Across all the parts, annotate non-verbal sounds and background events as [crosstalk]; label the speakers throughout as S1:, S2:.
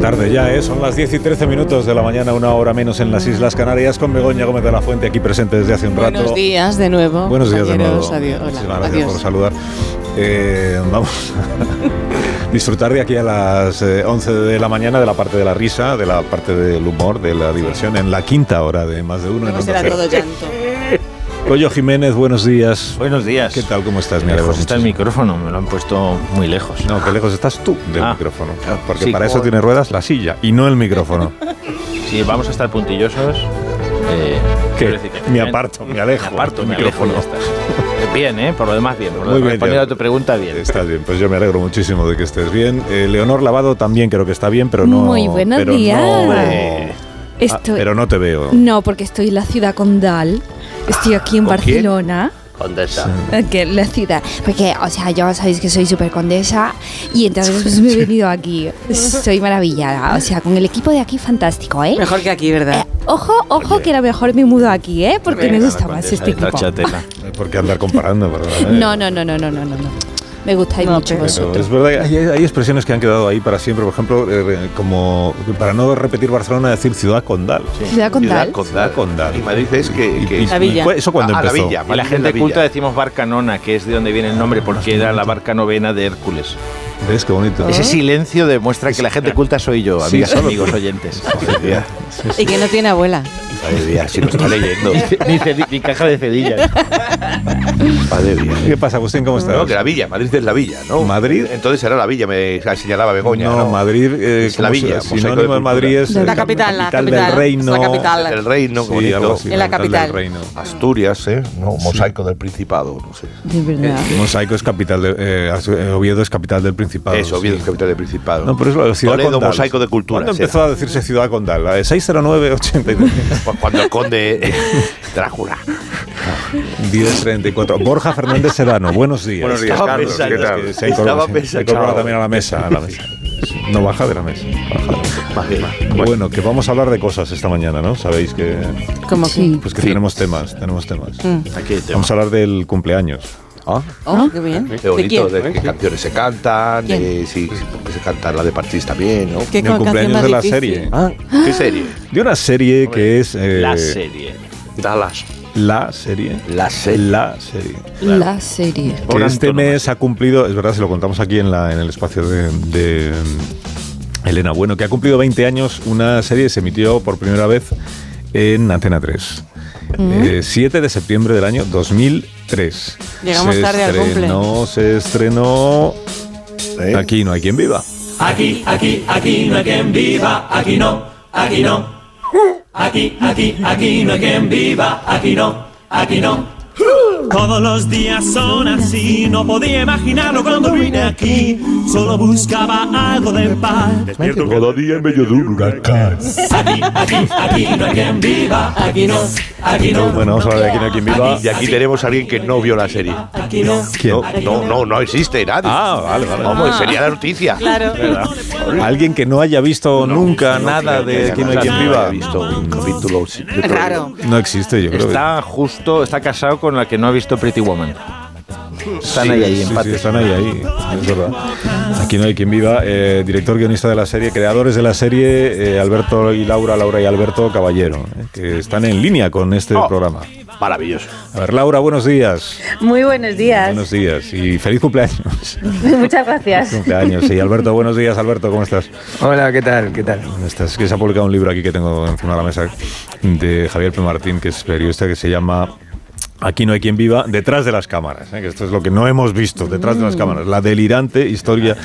S1: tarde ya, ¿eh? son las 10 y 13 minutos de la mañana, una hora menos en las Islas Canarias, con Begoña Gómez de la Fuente aquí presente desde hace un
S2: Buenos
S1: rato.
S2: Buenos días de nuevo.
S1: Buenos días
S2: Compañeros,
S1: de nuevo.
S2: Adiós. Hola,
S1: Muchísimas gracias
S2: adiós.
S1: por saludar. Eh, vamos a [laughs] disfrutar de aquí a las eh, 11 de la mañana de la parte de la risa, de la parte del humor, de la diversión, en la quinta hora de más de uno. en
S2: No
S1: Onda
S2: será
S1: Cero.
S2: Pues todo llanto.
S1: Coyo Jiménez, buenos días.
S3: Buenos días.
S1: ¿Qué tal? ¿Cómo estás, mi alegro
S3: Lejos está el
S1: Pues muchísimo.
S3: micrófono, me lo han puesto muy lejos.
S1: No, que lejos estás tú del
S3: Ah,
S1: micrófono.
S3: claro.
S1: Porque
S3: Sí,
S1: para eso
S3: por-
S1: tiene ruedas la silla y no el micrófono.
S3: Si vamos a estar puntillosos, eh,
S1: que
S3: quiero decir que-
S1: me aparto, me alejo.
S3: me aparto,
S1: del
S3: me alejo y ya está. Bien, ¿eh? Por lo demás, bien. Por lo
S1: Muy
S3: demás,
S1: bien,
S3: respondiendo
S1: ya.
S3: a tu pregunta, bien.
S1: Estás bien, pues yo me alegro muchísimo de que estés bien. Eh, Leonor Lavado también creo que está bien, pero no.
S4: Muy buenos
S1: pero no-
S4: días.
S1: Ah,
S4: Estoy-
S1: pero no te veo.
S4: No, porque estoy en la ciudad condal. Estoy aquí en
S3: ¿Con quién?
S4: Barcelona.
S3: Contesta.
S4: Que la ciudad. Porque, o sea, yo sabéis que soy super condesa y entonces pues, [laughs] me he venido aquí. Soy maravillada. O sea, con el equipo de aquí fantástico, ¿eh?
S2: Mejor que aquí, ¿verdad?
S4: Eh, ojo, ojo, que era mejor me mudo aquí, ¿eh? Porque me
S2: Venga,
S4: gusta más este equipo.
S3: Tachatela.
S1: Porque andar comparando, ¿verdad?
S4: [laughs] No, no, no, no, no, no, no. no. Me gustáis
S2: No,
S4: mucho
S2: pero-
S1: Pero
S4: vosotros.
S1: es verdad que hay, hay expresiones que han quedado ahí para siempre. Por ejemplo, eh, como para no repetir Barcelona, decir ciudad condal.
S4: Ciudad condal.
S1: Ciudad condal.
S5: Y Madrid es que- que-
S2: La villa.
S1: cu- Eso cuando
S5: Ah, la
S1: empezó. Ah,
S5: villa.
S3: Y la gente culta decimos barca nona, que es de donde viene el nombre, porque era la barca novena de Hércules.
S1: ¿Ves qué bonito?
S3: Ese silencio demuestra que la gente culta soy yo,
S1: Sí,
S3: amigas,
S1: solo
S3: amigos,
S1: tú. [laughs]
S3: oyentes.
S2: Y que no tiene abuela.
S5: Madre mía, si lo
S1: [laughs]
S5: está leyendo.
S3: Ni, cedi- ni caja de cedillas.
S5: Madre mía.
S1: ¿Qué pasa, Agustín? ¿Cómo estás?
S5: No, que la villa, Madrid es la villa, ¿no?
S1: Madrid.
S5: Entonces era la villa, me señalaba Begoña.
S1: no, Madrid, eh,
S5: Es la
S1: como
S5: villa,
S1: si-
S5: mosaico de
S1: Sinónimo de
S5: cultura.
S1: Madrid es
S4: La
S1: eh,
S2: capital, la
S1: capital del
S2: capital,
S1: reino.
S2: es la capital.
S5: El reino, qué
S1: Sí,
S5: bonito.
S1: algo así,
S2: En la
S1: Del
S2: capital.
S1: reino.
S5: Asturias, ¿eh? No, mosaico del Principado, no sé.
S2: De
S4: Pues
S2: verdad.
S1: Mosaico es capital de, eh, As- eh, Oviedo es capital del Principado.
S5: Eso, bien,
S1: Ah, sí.
S5: es capital del Principado.
S1: No, pero es la ciudad
S5: Toledo,
S1: condal.
S5: mosaico de cultura.
S1: ¿Cuándo empezó a decirse ciudad condal? La de 609 89
S5: Cuando el
S1: [laughs]
S5: conde Drácula. [laughs]
S1: 1034. Borja Fernández Sedano, buenos días.
S5: Buenos días,
S1: Estaba
S5: Carlos,
S1: pensando,
S5: ¿qué tal?
S1: es que Se incorpora,
S5: Estaba
S1: se- se
S5: pensando.
S1: incorpora también a la mesa, a la mesa. No baja de la mesa. Bueno, que vamos a hablar de cosas esta mañana, ¿no? Sabéis que,
S2: Como
S4: Sí.
S1: pues que
S5: Sí.
S1: tenemos temas, tenemos temas.
S2: Mm.
S3: Aquí hay tema.
S1: Vamos a hablar del cumpleaños.
S2: que. [laughs] Oh, qué bien.
S5: Ah, Qué
S2: ¿De
S5: bonito,
S2: quién?
S5: de qué canciones se cantan,
S2: ¿Quién?
S5: de si porque se canta la de Partis también, ¿no?
S2: ¿Qué
S1: del
S2: canción
S1: cumpleaños
S2: más
S1: de la
S2: difícil?
S1: serie.
S5: Ah, ¿Qué serie?
S1: De una serie que es eh,
S3: La serie.
S5: Dallas.
S1: La serie.
S5: La serie.
S1: La serie.
S4: La serie.
S1: Que
S3: Por
S1: este
S3: antonomasia.
S1: mes ha cumplido, es verdad, se lo contamos aquí en, la, en el espacio de, de, mm, Elena Bueno, que ha cumplido 20 años una serie que se emitió por primera vez en Antena 3.
S4: Mm.
S1: Eh, 7 de septiembre del año 2003.
S2: Llegamos
S1: se
S2: tarde al cumple.
S1: estrenó, Se estrenó...
S5: ¿Eh?
S1: Aquí no hay quien viva.
S6: Aquí, aquí, aquí no hay quien viva, aquí no, aquí no. Aquí, aquí, aquí no hay quien viva, aquí no, aquí no. Todos los días son así, no podía imaginarlo cuando vine aquí. Solo buscaba algo de paz.
S5: Cada día en medio de un huracán.
S6: Aquí, aquí, aquí no hay quien viva, aquí no, aquí no.
S1: Bueno, vamos a hablar de Aquí no hay quien viva.
S5: Y aquí tenemos a alguien que no vio la serie.
S6: Aquí no.
S1: ¿Quién?
S5: No, no, no, no existe nadie.
S1: Ah, vale, vale.
S5: Vamos, sería la noticia.
S2: Claro.
S1: Alguien que no haya visto nunca nada de Aquí no hay quien viva.
S5: He visto un capítulo. sí, yo creo.
S2: Raro.
S1: No existe, yo creo. que-
S3: Está justo, está casado con la que no ha visto Pretty Woman. Están
S1: Sí,
S3: ahí, ahí,
S1: sí, sí,
S3: empate.
S1: están ahí, ahí. Es verdad. Aquí no hay quien viva. Eh, director, guionista de la serie, creadores de la serie, eh, Alberto y Laura, Laura y Alberto Caballero, eh, que están en línea con este
S5: Oh.
S1: programa.
S5: Maravilloso.
S1: A ver, Laura, buenos días.
S7: Muy buenos días.
S1: Buenos días y feliz cumpleaños.
S7: [laughs] Muchas gracias.
S1: [laughs] cumpleaños. Sí, Alberto, buenos días, Alberto, ¿cómo estás?
S8: Hola, ¿qué tal? ¿Qué tal?
S1: ¿Cómo estás? Que se ha publicado un libro aquí que tengo encima de la mesa de Javier P. Martín, que es periodista, que se llama Aquí no hay quien viva detrás de las cámaras, ¿eh? que esto es lo que no hemos visto detrás de las cámaras, la delirante historia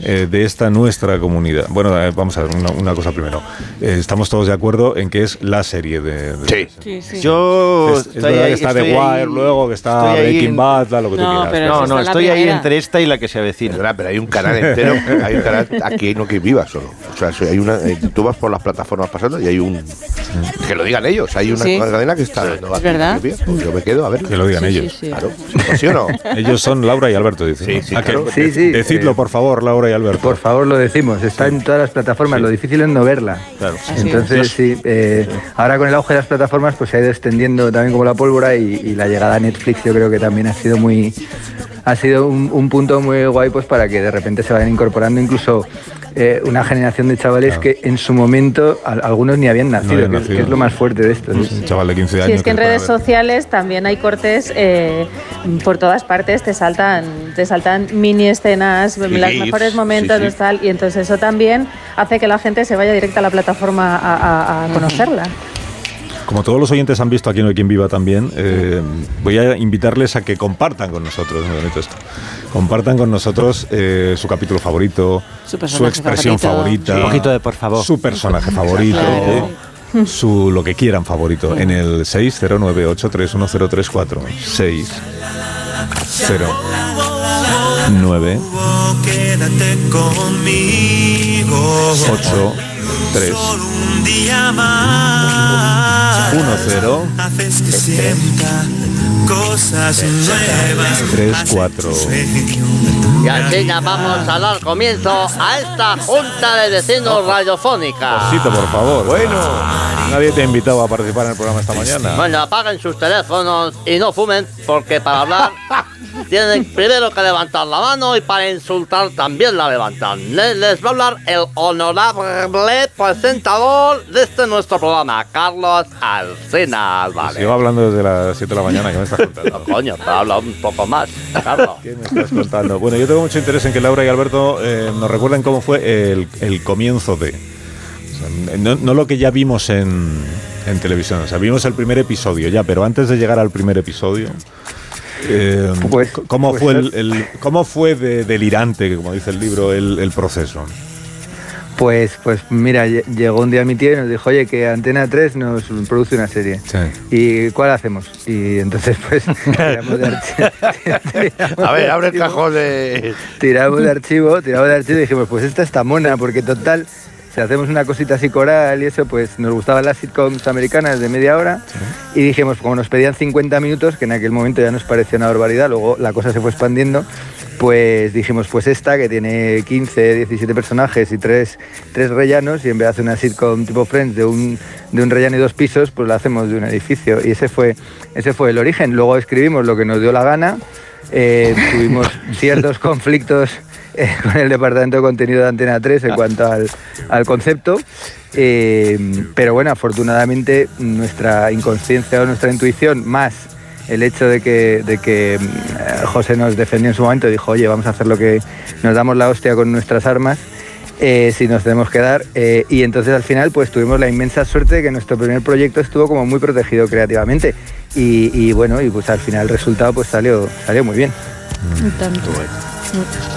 S1: eh, de esta nuestra comunidad. Bueno, eh, vamos a ver una, una cosa primero. Eh, estamos todos de acuerdo en que es la serie de... de-
S5: Sí.
S2: Sí, sí.
S3: Yo
S1: Es, es
S3: estoy
S1: verdad
S3: ahí-
S1: que está The
S3: estoy
S1: Wire,
S3: ahí-
S1: luego que está
S5: Ah,
S3: estoy ahí
S1: Breaking
S3: en-
S1: Bad, la- lo que tú
S2: No,
S1: quieras.
S2: pero
S3: No,
S2: esa
S3: no,
S2: es la
S3: estoy ahí
S2: primera.
S3: entre esta y la que se avecina.
S5: Perdona, pero hay un canal
S3: [laughs]
S5: entero, hay un canal, aquí no que viva solo. O sea, si hay una, eh, tú vas por las plataformas pasando y hay un... Que lo digan ellos, hay una
S2: Sí.
S5: cadena que está... dando aquí,
S2: verdad.
S5: tío, pues yo me quedo a ver.
S1: Que lo digan
S2: Sí, sí,
S1: ellos.
S2: sí.
S5: Claro, ¿sí o no?
S1: Ellos son Laura y Alberto, dicen.
S5: Sí,
S1: ¿no?
S5: sí,
S1: Ah, que-
S5: claro.
S8: Sí, sí,
S1: Decidlo,
S8: eh,
S1: por favor, Laura y Alberto.
S8: Por favor, lo decimos. Está en todas las plataformas. Lo difícil es no verla.
S1: Claro.
S8: Entonces, sí, eh, ahora con el auge de las plataformas, pues se ha ido extendiendo también como la pólvora y, y la llegada a Netflix yo creo que también ha sido muy... Ha sido un, un punto muy guay pues para que de repente se vayan incorporando incluso eh, una generación de chavales que en su momento al- algunos ni habían nacido,
S1: habían
S8: que,
S1: nacido.
S8: que es lo más fuerte de esto. sí.
S1: Un chaval de 15 años.
S7: Si es que en
S1: para
S7: redes
S1: ver.
S7: sociales también hay cortes eh, por todas partes, te saltan, te saltan mini escenas, los
S5: GIFs,
S7: mejores momentos
S5: sí, sí.
S7: tal, y entonces eso también hace que la gente se vaya directa a la plataforma a, a- a conocerla.
S1: Como todos los oyentes han visto aquí en Hoy Quien Viva también, eh, voy a invitarles a que compartan con nosotros, muy bonito esto, compartan con nosotros eh, su capítulo favorito,
S2: Su
S1: su,
S2: personaje
S1: expresión
S2: favorito.
S1: favorita,
S3: Sí. Un poquito de por favor.
S1: su personaje favorito, su lo que quieran favorito, en el 609831034, 6 0 9
S6: Quédate conmigo.
S1: 8 3
S6: Solo un día más.
S1: 1 0
S6: Haces que sienta cosas nuevas.
S1: 3 4
S9: Y así llamamos a dar comienzo a esta junta de vecinos radiofónica.
S1: Osito, por favor. Bueno, nadie te ha invitado a participar en el programa esta mañana.
S9: Bueno, apaguen sus teléfonos y no fumen porque para
S1: [laughs]
S9: hablar tienen primero que levantar la mano y para insultar también la levantan. Le- Les va a hablar el honorable presentador de este nuestro programa, Carlos Alcina
S1: Llevo
S9: Álvarez.
S1: hablando desde las 7 de la mañana, ¿qué me estás contando? [laughs]
S9: Coño, pero habla un poco más, Carlos.
S1: ¿Qué me estás contando? Bueno, yo tengo mucho interés en que Laura y Alberto eh, nos recuerden cómo fue el, el comienzo de. o sea, no, no lo que ya vimos en, en televisión, o sea, vimos el primer episodio ya, pero antes de llegar al primer episodio. eh,
S8: Pues-
S1: c- [laughs] ¿cómo,
S8: pues
S1: fue
S8: es-
S1: el, el- ¿Cómo fue de delirante, como dice el libro, el, el proceso?
S8: Pues, pues mira, lle- llegó un día mi tío y nos dijo, oye, que Antena 3 nos produce una serie.
S1: Sí.
S8: ¿Y cuál hacemos? Y entonces pues [laughs] tiramos de, archi-
S5: [laughs] A ver, abre el
S1: [laughs]
S5: cajón de...
S8: tiramos de archivo, tiramos de archivo y dijimos, pues esta está mona, porque total, si hacemos una cosita así coral y eso, pues nos gustaban las sitcoms americanas de media hora y dijimos, como nos pedían 50 minutos, que en aquel momento ya nos parecía una barbaridad, luego la cosa se fue expandiendo, pues dijimos, pues esta que tiene 15, 17 personajes y tres, tres rellanos y en vez de hacer una sitcom tipo Friends de un, de un rellano y dos pisos, pues la hacemos de un edificio y ese fue, ese fue el origen. Luego escribimos lo que nos dio la gana. Eh, tuvimos ciertos conflictos eh, [laughs] con el departamento de contenido de Antena 3 en cuanto al, al concepto. Eh, pero bueno, afortunadamente nuestra inconsciencia o nuestra intuición, más el hecho de que, de que mm, eh, José nos defendió en su momento, dijo, oye, vamos a hacer lo que nos damos la hostia con nuestras armas. eh, si nos tenemos que dar eh, y entonces al final pues tuvimos la inmensa suerte de que nuestro primer proyecto estuvo como muy protegido creativamente y, y bueno y pues al final el resultado pues salió salió muy bien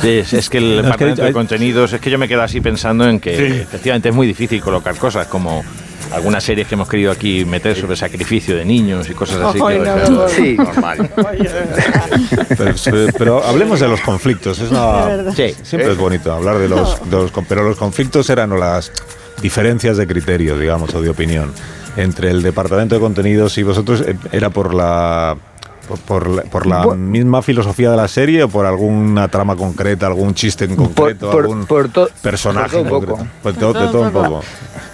S3: Sí, es, es que
S1: No, es que
S3: el departamento
S1: hay-
S3: de contenidos, es que yo me quedo así pensando en que efectivamente es muy difícil colocar cosas como algunas series que hemos querido aquí meter sobre sacrificio de niños y cosas
S8: [laughs]
S3: así. que, o sea,
S8: Sí.
S3: normal.
S1: Pero, pero hablemos de los conflictos. Es una,
S3: Sí.
S1: Siempre
S8: ¿Eh?
S1: es bonito hablar de los, de los con- Pero los conflictos eran o las diferencias de criterio, digamos, o de opinión entre el departamento de contenidos y vosotros. eh, ¿Era por la. por- Por la, por la
S8: Bu-
S1: misma filosofía de la serie o por alguna trama concreta, algún chiste en concreto,
S8: por-
S1: algún
S8: por to- por todo
S1: personaje
S8: un
S1: en concreto?
S8: poco.
S1: Por todo- de todo un poco.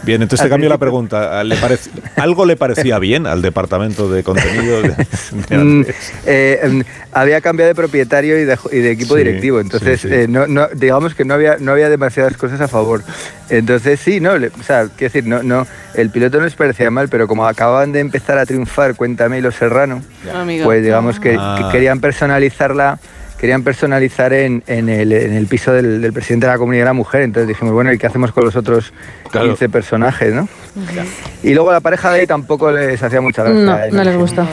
S1: Bien, entonces te
S8: Al
S1: cambio la
S8: principio-
S1: pregunta. ¿Le parec- ¿Algo le parecía bien al departamento de contenidos? de- de
S8: Mm,
S1: antes?
S8: eh, mm, había cambiado de propietario y de, y de equipo
S1: Sí,
S8: directivo,
S1: sí,
S8: entonces
S1: sí.
S8: eh, no, no- digamos que no había, no había demasiadas cosas a favor. Entonces sí, no, le- o sea, quiero decir, no, no, el piloto no les parecía mal, pero como acababan de empezar a triunfar, cuéntame y los Serrano,
S2: No, amigo.
S8: pues digamos que,
S1: Ah.
S8: que querían personalizarla. Querían personalizar en, en el, en el piso del, del presidente de la comunidad de la mujer. Entonces dijimos, bueno, ¿y qué hacemos con los otros 15 personajes, no? Y luego la pareja de ahí tampoco les hacía mucha gracia.
S7: No,
S8: ¿eh?
S7: no les gustó.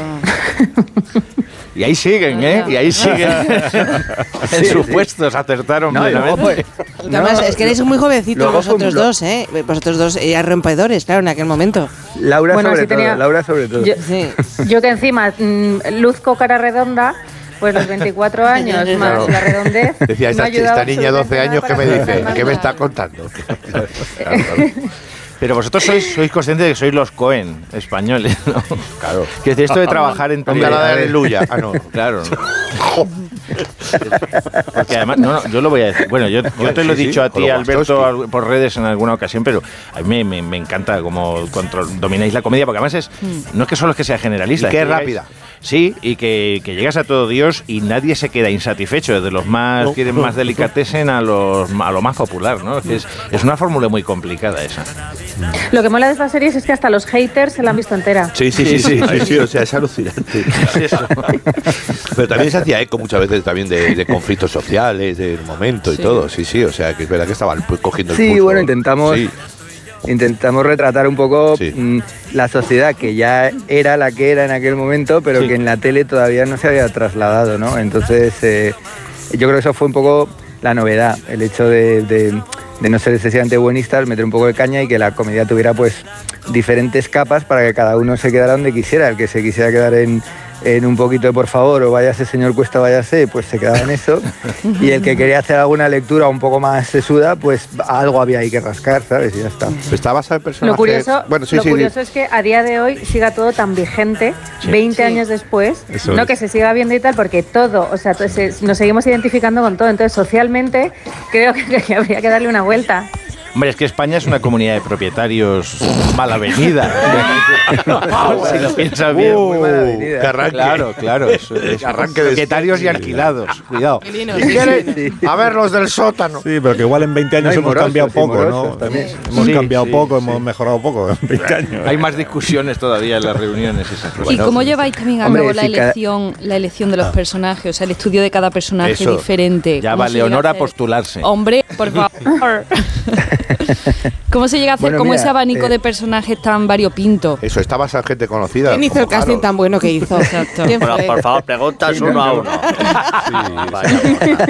S3: Y ahí siguen, [laughs] ¿eh? Y
S8: [laughs]
S3: ahí siguen. en sus puestos acertaron
S8: No, y luego pues,
S3: plenamente.
S2: Además,
S8: No,
S2: es que
S8: lo-
S2: erais muy jovencitos
S8: luego fue un
S2: vosotros
S8: blo-
S2: dos, ¿eh? Vosotros dos ya rompedores, claro, en aquel momento.
S8: Laura
S7: Bueno,
S8: sobre
S7: sí
S8: todo,
S7: tenía-
S8: Laura sobre todo.
S7: Yo-
S2: Sí.
S7: Yo que encima mm, luzco cara redonda, pues
S2: [laughs]
S7: los 24 años más
S5: Claro.
S7: la redondez.
S5: Decía,
S7: no
S5: esta,
S7: ha ayudado
S5: esta niña de 12 años, ¿qué me
S7: absolutamente nada
S5: dice?
S7: para
S5: ¿Qué me está [laughs]
S7: calmar
S5: contando? Claro,
S3: Pero vosotros sois, sois conscientes de que sois los Cohen españoles, ¿no?
S5: claro.
S3: Que es esto de trabajar en
S5: Hombre, aleluya. Ah, no.
S3: [laughs] Claro.
S5: [laughs]
S3: Porque además, no, no, yo lo voy a decir. Bueno, yo, yo te lo he
S5: Sí, sí,
S3: dicho a
S5: con
S3: ti,
S5: lo
S3: Alberto,
S5: Wachowski.
S3: al- por redes en alguna ocasión, pero a mí me, me- me encanta cómo control- domináis la comedia, porque además es, no es que solo es que sea generalista.
S5: Hmm. Y que
S3: es
S5: es
S3: llegáis-
S5: rápida.
S3: Sí, y que, que llegas a todo Dios y nadie se queda insatisfecho, desde los más
S5: No.
S3: quieren
S5: [laughs]
S3: más delicatessen a, los, a lo más popular, ¿no? Es, que es- es una fórmula muy complicada esa.
S7: nada. Lo que mola de esta serie es que hasta los haters se la han visto entera.
S5: Sí, sí, sí, sí, sí, sí, o sea, es alucinante. Pero también se hacía eco muchas veces también de, de conflictos sociales, del momento y todo, sí, sí, o sea, que es verdad que estaban pues, cogiendo el
S8: Sí,
S5: pulso.
S8: bueno, intentamos-
S5: Sí,
S8: Intentamos retratar un poco
S5: Sí.
S8: mm, la sociedad que ya era la que era en aquel momento, pero
S3: Sí.
S8: que en la tele todavía no se había trasladado, ¿no? Entonces, eh, yo creo que eso fue un poco la novedad, el hecho de, de- de no ser excesivamente buenistas, meter un poco de caña y que la comedia tuviera, pues, diferentes capas para que cada uno se quedara donde quisiera. El que se quisiera quedar en, en un poquito de por favor o váyase señor Cuesta, váyase, pues se quedaba en
S7: [laughs]
S8: eso. Y el que quería hacer alguna lectura un poco más sesuda, pues algo había ahí que rascar, ¿sabes? Y ya está.
S5: está basado en personajes...
S7: [laughs] Lo curioso,
S5: bueno, sí,
S7: lo
S5: sí, sí.
S7: curioso es que a día de hoy siga todo tan vigente, 20
S2: Sí.
S7: años después,
S1: Eso
S7: no
S1: es.
S7: que se siga viendo y tal, porque todo, o sea, to- se- nos seguimos identificando con todo. Entonces, socialmente, creo que, [laughs] que habría que darle una vuelta.
S3: Hombre, es que España es una comunidad de propietarios
S5: [laughs]
S3: mal avenida. si lo
S5: Uh,
S3: piensas bien.
S8: Muy mala avenida.
S5: que arranque.
S3: Claro, claro.
S5: [laughs]
S3: eso es.
S5: Arranque de
S3: propietarios y
S5: estudio.
S3: alquilados. Cuidado.
S2: Inquilinos, sí, sí.
S5: A ver, los del sótano.
S1: Sí, pero que igual en 20 años
S8: No, y
S1: hemos
S8: morosos,
S1: cambiado
S8: y
S1: poco, ¿no?
S8: morosos también.
S1: Hemos
S3: Sí,
S1: cambiado
S3: sí,
S1: poco,
S3: sí.
S1: hemos mejorado poco en
S5: Este
S1: 20 años.
S3: Hay más discusiones todavía en las reuniones esas.
S10: ¿Y
S3: Bueno,
S10: cómo lleváis también a
S8: Hombre,
S10: cabo la
S8: si cada-
S10: elección, la elección de los personajes? O sea, el estudio de cada personaje
S5: Eso.
S10: diferente.
S3: Ya
S10: ¿Cómo
S3: va
S10: se llega
S3: Leonora a
S10: hacer?
S3: postularse.
S10: Hombre, por favor. ¿Cómo se llega a hacer
S8: Bueno,
S10: como
S8: mira,
S10: ese abanico
S8: eh,
S10: de personajes tan variopinto?
S5: Eso, está basado en gente conocida.
S2: ¿Quién hizo
S5: como
S2: el casting
S5: Harold.
S2: tan bueno que hizo?
S10: Exacto.
S2: ¿Quién
S9: Bueno,
S2: fue?
S9: por favor, preguntas uno a uno. Vaya, vaya.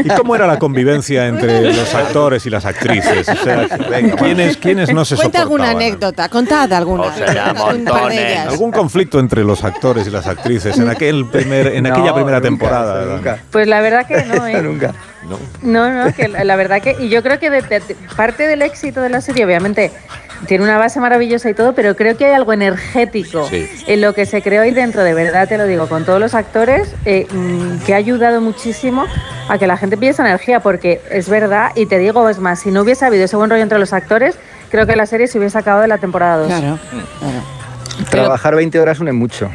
S1: ¿Y cómo era la convivencia entre los actores y las actrices? O sea,
S5: Venga, va.
S1: ¿quiénes, quiénes no se
S2: Cuenta
S1: soportaban?
S2: alguna anécdota, contad alguna.
S9: O sea,
S2: Un par de
S9: montones.
S2: ellas.
S1: ¿Algún conflicto entre los actores y las actrices en, aquel primer, en
S8: No,
S1: aquella primera
S8: nunca,
S1: temporada?
S8: eso Nunca,
S7: Pues la verdad que no,
S8: eso
S7: ¿eh?
S8: nunca.
S7: No, no, que la la verdad que. Y yo creo que de- de- de- parte del éxito de la serie, obviamente, tiene una base maravillosa y todo, pero creo que hay algo energético
S5: Sí.
S7: en lo que se creó ahí dentro, de verdad te lo digo, con todos los actores, eh, mm, que ha ayudado muchísimo a que la gente pille esa energía, porque es verdad, y te digo, es más, si no hubiese habido ese buen rollo entre los actores, creo que la serie se hubiese acabado de la temporada 2.
S2: Claro, claro.
S8: Trabajar 20 horas une
S5: [laughs]
S8: mucho.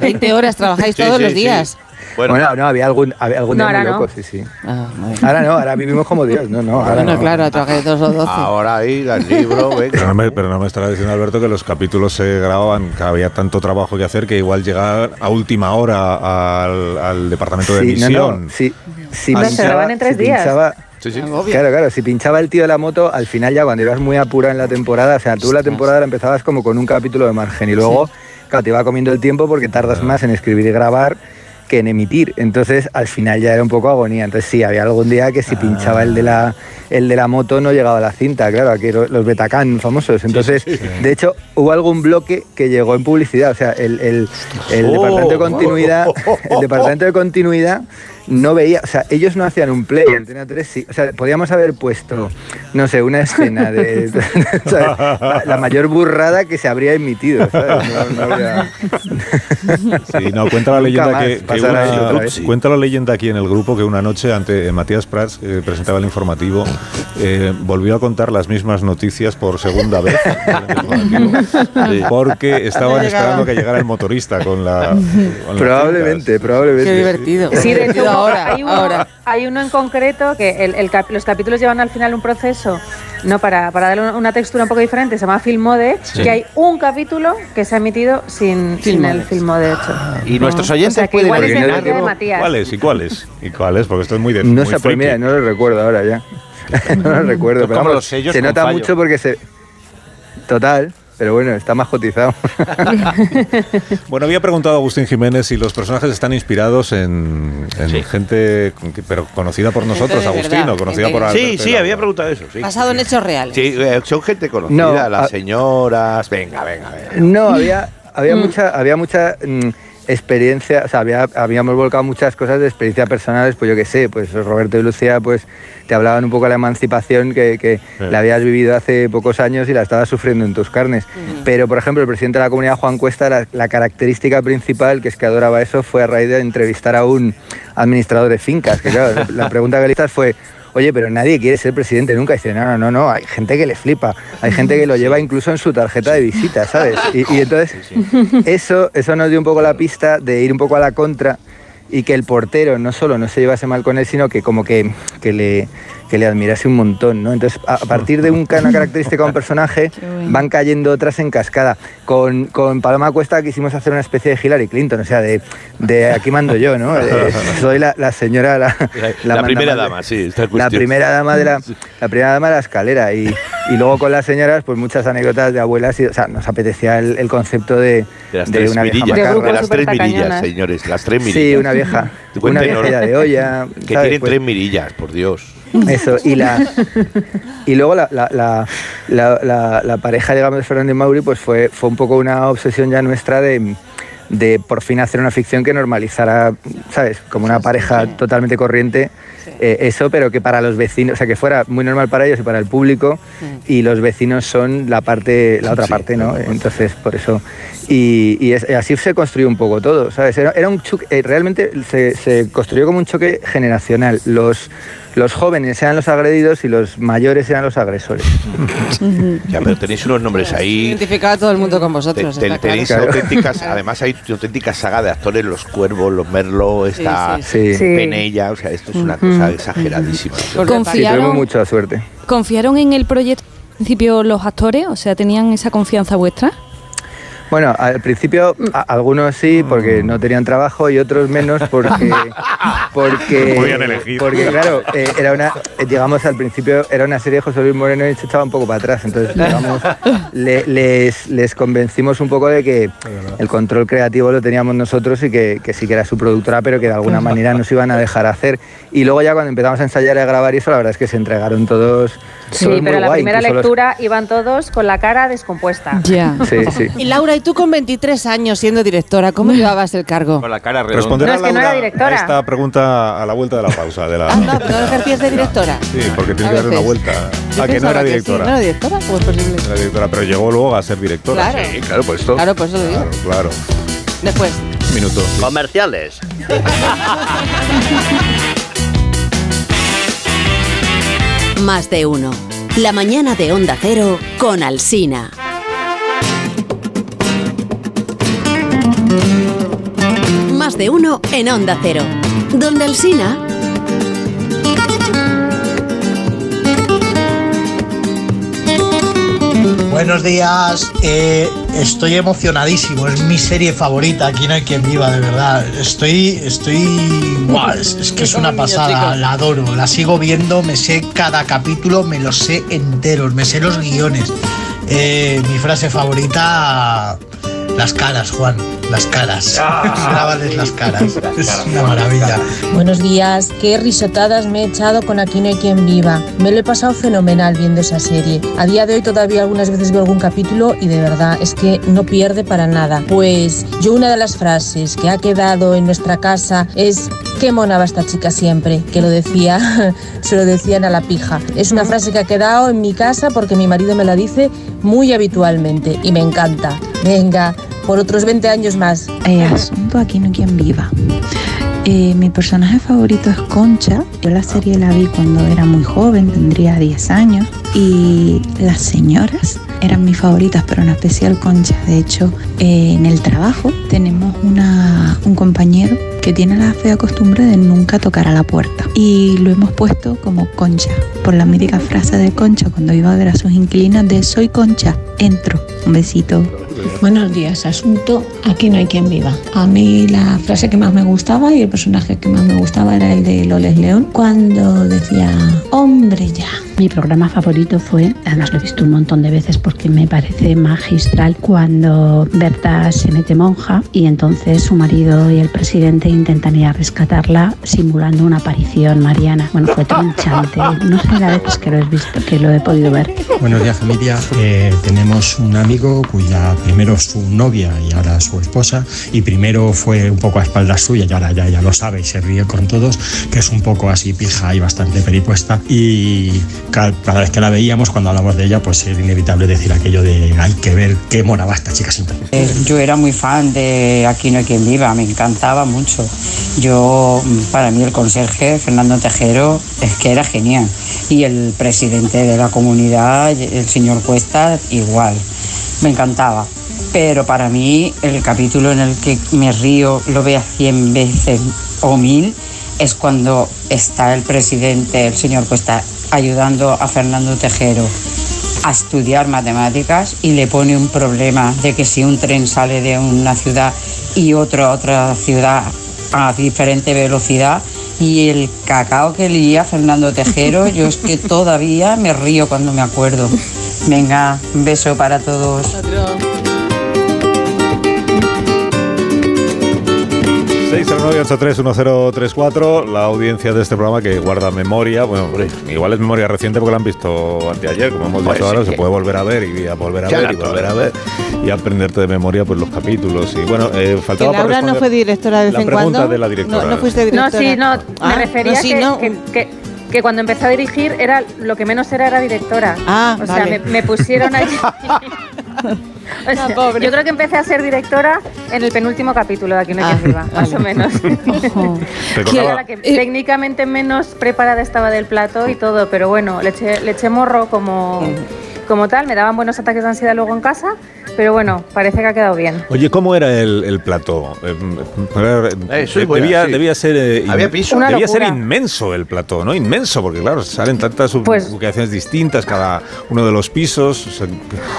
S2: 20 horas trabajáis
S5: Sí,
S2: todos
S5: sí,
S2: los
S5: sí.
S2: días.
S5: Bueno,
S8: Bueno, no, había algún, había algún
S7: No,
S8: día muy
S7: ahora no.
S8: loco, sí, sí.
S2: Ah, muy bien.
S8: Ahora no, ahora vivimos como Dios. No, no, ahora
S2: Bueno,
S8: no.
S2: claro, trabajáis dos o doce.
S5: [laughs] ahora ahí, el
S1: Pero
S5: libro,
S1: no,
S5: venga.
S1: me, pero no me estará diciendo Alberto que los capítulos se grababan, que había tanto trabajo que hacer que igual llegar a última hora al, al departamento de
S8: Sí, no,
S1: emisión.
S8: no, sí, sí
S7: Ah, se
S8: pinchaba-
S7: graban en tres
S8: si
S7: días.
S8: pinchaba-
S5: Sí, sí.
S8: claro, claro, si pinchaba el tío de la moto, al final ya cuando ibas muy apurado en la temporada, o sea, tú la temporada la empezabas como con un capítulo de margen y luego, claro, te iba comiendo el tiempo porque tardas más en escribir y grabar que en emitir. Entonces, al final ya era un poco agonía. Entonces, sí, había algún día que si pinchaba el de la el de la moto no llegaba a la cinta, claro, aquí lo- los Betacán famosos. Entonces, de hecho, hubo algún bloque que llegó en publicidad, o sea, el, el- el
S5: Oh,
S8: departamento de
S5: wow.
S8: continuidad, el departamento de continuidad no veía, o sea, ellos no hacían un play, Antena 3 sí, o sea, podíamos haber puesto, no sé, una escena de, [laughs] o sea, la, la mayor burrada que se habría emitido, ¿sabes? No- no habría-
S1: Sí, no, cuenta
S8: Nunca
S1: la leyenda
S8: más
S1: que, que
S8: pasará
S1: una-
S8: otra vez.
S1: cuenta la leyenda aquí en el grupo que una noche ante eh, Matías Prats eh, presentaba el informativo eh, volvió a contar las mismas noticias por
S8: [laughs]
S1: segunda vez en el informativo, porque estaban esperando que llegara el motorista con la con las
S8: probablemente,
S1: cintas.
S8: probablemente.
S2: Qué divertido.
S7: Sí, de hecho,
S2: ahora,
S7: hay, uno,
S2: ahora.
S7: hay uno en concreto que el- el cap- los capítulos llevan al final un proceso no para, para darle una, una textura un poco diferente, se llama Filmode, que hay un capítulo que se ha emitido sin, sin el Filmode hecho.
S3: Y nuestros
S7: O sea,
S3: oyentes
S7: que igual es
S3: pueden
S7: el
S8: adivinar
S7: de
S8: algo.
S7: Matías.
S1: ¿Cuáles? ¿Y cuáles? ¿Y cuáles? Porque esto es muy de
S8: No
S1: muy
S8: sé, pues
S1: friki.
S8: mira, no lo recuerdo ahora ya. [laughs] no lo recuerdo, pero
S1: Pues
S3: Es como
S8: vamos,
S3: los sellos
S8: se
S3: con
S8: nota
S3: fallo.
S8: mucho porque se... Total. Pero bueno, está más cotizado.
S1: Bueno, había preguntado a Agustín Jiménez si los personajes están inspirados en, en gente, con- que- pero conocida por nosotros,
S2: de
S1: Agustín,
S2: verdad,
S1: o conocida
S2: gente
S1: por
S2: de-
S1: Alberto.
S5: Sí, sí,
S1: Hidalgo.
S5: había preguntado eso. Sí,
S2: Basado en hechos reales.
S5: Sí, eh, son gente conocida,
S8: No,
S5: las
S8: a-
S5: señoras. Venga, venga, venga.
S8: No, había, había mucha, había mucha mm, experiencia, o sea, había- habíamos volcado muchas cosas de experiencia personales, pues yo qué sé, pues Roberto y Lucía, pues te hablaban un poco de la emancipación que, que la habías vivido hace pocos años y la estabas sufriendo en tus carnes. Pero, por ejemplo, el presidente de la comunidad, Juan Cuesta, la, la característica principal que es que adoraba eso fue a raíz de entrevistar a un administrador de fincas, que claro, la- la pregunta que le hiciste fue, oye, pero nadie quiere ser presidente nunca. Y dice, no, no, no, no, hay gente que le flipa, hay gente que lo lleva incluso en su tarjeta de visita, ¿sabes? Y, y entonces, eso, eso nos dio un poco la pista de ir un poco a la contra y que el portero no solo no se llevase mal con él, sino que como que, que le que le admirase un montón, ¿no? Entonces, a, a partir de un, ca- una característica de un personaje, van cayendo otras en cascada. Con, con Paloma Cuesta quisimos hacer una especie de Hillary Clinton, o sea, de, de aquí mando yo, ¿no? Eh,
S5: [laughs]
S8: soy la, la señora, la,
S5: La,
S8: la manda
S5: primera
S8: madre.
S5: dama, sí. esta
S8: La
S5: cuestión.
S8: primera dama
S5: [laughs]
S8: de la, la primera dama de la escalera y, y luego con las señoras pues muchas anécdotas de abuelas y o sea nos apetecía el, el concepto de,
S5: De las
S8: de
S5: tres
S8: una vieja
S5: mirillas.
S7: De
S8: macarra.
S7: grupos
S5: De las tres
S7: supertacañonas.
S5: mirillas, señores. Las tres mirillas.
S8: sí una vieja una
S5: Cuéntenos.
S8: vieja ya de olla
S5: Que
S8: ¿sabes?
S5: tienen
S8: Pues,
S5: tres mirillas, por Dios.
S8: eso y la y luego la, la, la, la- la- la pareja digamos de Fernando y Mauri pues fue fue un poco una obsesión ya nuestra de de por fin hacer una ficción que normalizara, ¿sabes? Como una pareja totalmente corriente, eh, eso, pero que para los vecinos, o sea, que fuera muy normal para ellos y para el público, y los vecinos son la parte, la otra
S5: Sí,
S8: parte,
S5: claro,
S8: ¿no?
S5: bueno.
S8: Entonces, por eso. Y, y es- así se construyó un poco todo, ¿sabes? Era, era un choque, eh, realmente se, se construyó como un choque generacional. Los, los jóvenes eran los agredidos y los mayores eran los agresores.
S5: Ya, pero tenéis unos nombres ahí.
S2: Identificado a todo el mundo con
S5: Te-
S2: vosotros.
S5: te-
S2: está claro.
S5: tenéis auténticas, además hay auténticas saga de actores, los cuervos, los merlos,
S2: Sí,
S5: esta
S2: sí,
S8: Sí, sí,
S7: Sí.
S5: Penella, o sea, esto es una cosa exageradísima.
S2: Por
S4: Confía.
S2: detalle.
S8: tuvimos mucha suerte.
S10: ¿Confiaron en el proyecto al principio los actores? O sea, ¿tenían esa confianza vuestra?
S8: Bueno, al principio a- algunos sí
S1: Mm.
S8: porque no tenían trabajo y otros menos
S1: [laughs]
S8: porque porque
S1: Podían elegir.
S8: porque claro eh, era una eh, llegamos al principio era una serie de José Luis Moreno y se estaba un poco para atrás
S1: [laughs]
S8: entonces digamos, le- les, les convencimos un poco de que el control creativo lo teníamos nosotros y que, que sí que era su productora pero que de alguna manera nos iban a dejar hacer y luego ya cuando empezamos a ensayar y a grabar y eso la verdad es que se entregaron todos
S7: Sí,
S8: todos muy
S7: pero la
S8: guay,
S7: primera
S8: incluso los-
S7: lectura iban todos con la cara descompuesta.
S10: Ya.
S8: sí sí
S2: Y Laura, ¿y tú con 23 años siendo directora, cómo llevabas el cargo?
S3: Con la cara redonda.
S1: Responderá
S7: No, es que no era
S1: Laura
S7: directora.
S1: a esta pregunta a la vuelta de la pausa. De la,
S2: Ah, no, no ejercías de directora.
S1: Sí, porque tiene que
S2: A
S1: dar una
S2: veces.
S1: vuelta.
S2: Yo
S1: Ah, que no
S2: pensaba
S1: era
S2: sí,
S1: directora.
S2: ¿No era directora? ¿Cómo es posible?
S1: Era directora, pero llegó luego a ser directora.
S2: Claro.
S5: Sí, claro, pues esto.
S2: Claro, por eso lo digo.
S1: Claro, claro.
S2: Después.
S1: Un minuto. sí.
S9: Comerciales.
S11: Más de uno. La mañana de Onda Cero con Alsina. Más de uno en Onda Cero. Donde Alsina.
S12: Eh, Buenos días, eh, estoy emocionadísimo, es mi serie favorita, aquí no hay quien viva, de verdad. Estoy, estoy, guau, es, es que es una pasada, la adoro, la sigo viendo, me sé cada capítulo, me los sé enteros, me sé los guiones. Eh, mi frase favorita, las caras, Juan, las caras. [laughs] Grábales Ah, las caras, es una maravilla.
S13: Buenos días, qué risotadas me he echado con Aquí no hay quien viva. Me lo he pasado fenomenal viendo esa serie. A día de hoy todavía algunas veces veo algún capítulo y de verdad es que no pierde para nada. Pues yo una de las frases que ha quedado en nuestra casa es qué mona va esta chica siempre, que lo decía, [laughs] se lo decían a la pija. Es una frase que ha quedado en mi casa porque mi marido me la dice muy habitualmente y me encanta. Venga, por otros 20 años más.
S10: asunto
S13: [laughs]
S10: aquí no hay quien viva. Eh, mi personaje favorito es Concha. Yo la serie la vi cuando era muy joven, tendría 10 años. Y las señoras eran mis favoritas, pero en especial Concha. De hecho, eh, en el trabajo tenemos una, un compañero que tiene la fea costumbre de nunca tocar a la puerta. Y lo hemos puesto como Concha, por la mítica frase de Concha cuando iba a ver a sus inquilinas de soy Concha, entro. Un besito. Buenos días, asunto Aquí no hay quien viva. A mí la frase que más me gustaba y el personaje que más me gustaba era el de Loles León cuando decía, hombre ya.
S14: Mi programa favorito fue, además lo he visto un montón de veces porque me parece magistral, cuando Berta se mete monja y entonces su marido y el presidente intentan ir a rescatarla simulando una aparición mariana. Bueno, fue tronchante. No sé la veces que lo he visto, que lo he podido ver.
S15: Buenos días familia. Eh, tenemos un amigo cuya primero es su novia y ahora su esposa y primero fue un poco a espaldas suya y ahora ya, ya lo sabe y se ríe con todos, que es un poco así pija y bastante peripuesta y ca- cada vez que la veíamos cuando hablamos de ella pues era inevitable decir aquello de hay que ver qué moraba esta chica siempre.
S3: [laughs]
S16: Eh, Yo era muy fan de Aquí no hay quien viva, me encantaba mucho. Yo, mm, para mí, el conserje Fernando Tejero es que era genial. Y el presidente de la comunidad, el señor Cuesta, igual. Me encantaba. Pero para mí, el capítulo en el que me río, lo vea 100 veces o mil, es cuando está el presidente, el señor Cuesta, ayudando a Fernando Tejero a estudiar matemáticas y le pone un problema de que si un tren sale de una ciudad y otro a otra ciudad a diferente velocidad y el cacao que leía Fernando Tejero, yo es que todavía me río cuando me acuerdo. Venga, un beso para todos.
S1: 609-831034, la audiencia de este programa que guarda memoria, bueno, igual es memoria reciente porque la han visto anteayer, como hemos
S5: Pues
S1: dicho
S5: sí
S1: ahora, se
S5: que-
S1: puede volver a ver y a volver a
S5: Qué
S1: ver y
S5: dato,
S1: volver a
S5: ¿eh?
S1: ver y aprenderte de memoria pues los capítulos y bueno, eh,
S2: Que
S1: faltaba por
S2: Laura no
S1: responder
S2: fue directora de vez
S1: la
S2: en
S1: pregunta
S2: cuando.
S1: de la directora.
S2: No, no fuiste
S7: No,
S2: directora.
S7: sí, no, me
S2: Ah,
S7: refería
S2: no, sí,
S7: que,
S2: no.
S7: que- que- que cuando empecé a dirigir era lo que menos era era directora.
S2: Ah,
S7: o
S2: vale.
S7: sea, me, me pusieron
S2: [laughs]
S7: allí. [laughs] O sea, yo creo que empecé a ser directora en el penúltimo capítulo de Aquí no hay quien
S2: Ah,
S7: viva, más
S2: [laughs]
S7: o menos. [laughs] Yo era la que técnicamente menos preparada estaba del plato y todo, pero bueno, le eché, le eché morro como,
S2: Mm.
S7: como tal, me daban buenos ataques de ansiedad luego en casa, pero bueno, parece que ha quedado bien.
S1: Oye, ¿cómo era el, el plató? Eh, eh,
S5: soy
S1: de-
S5: buena,
S1: debía,
S5: sí.
S1: debía ser eh, in-
S5: Había piso. Una
S1: debía ser
S5: locura.
S1: inmenso el plató, ¿no? Inmenso, porque claro, salen tantas ubicaciones distintas cada uno de los pisos. o sea,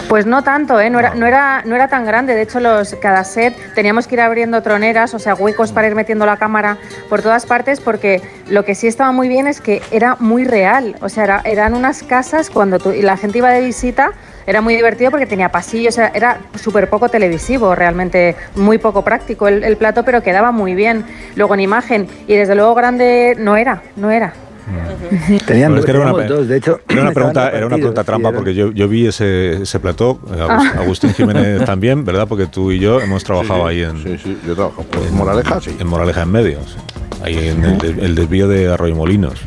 S7: Pues no tanto, ¿eh? no, era, no, era, no era tan grande. De hecho, los, cada set teníamos que ir abriendo troneras, o sea, huecos para ir metiendo la cámara por todas partes, porque lo que sí estaba muy bien es que era muy real. O sea, era- eran unas casas cuando tú- y la gente iba de visita. Era muy divertido porque tenía pasillos, era, era súper poco televisivo, realmente muy poco práctico el, el plato, pero quedaba muy bien. Luego en imagen, y desde luego grande no era, no era.
S1: Pero
S8: [laughs] Tenían
S1: es que era una
S8: teníamos
S1: pe-
S8: dos, de hecho.
S1: Era una
S8: estaban
S1: pregunta, era una
S8: repartidos,
S1: pregunta
S8: sí,
S1: trampa
S8: eran-
S1: porque yo, yo vi ese, ese plató, eh, Agus-
S8: Ah.
S1: Agustín
S7: [laughs]
S1: Jiménez también, ¿verdad? Porque tú y yo hemos trabajado ahí en... Sí,
S5: sí, yo trabajo en Moraleja, sí.
S1: En Moraleja en medio, sí. Ahí en el, de- el desvío de Arroyo Molinos.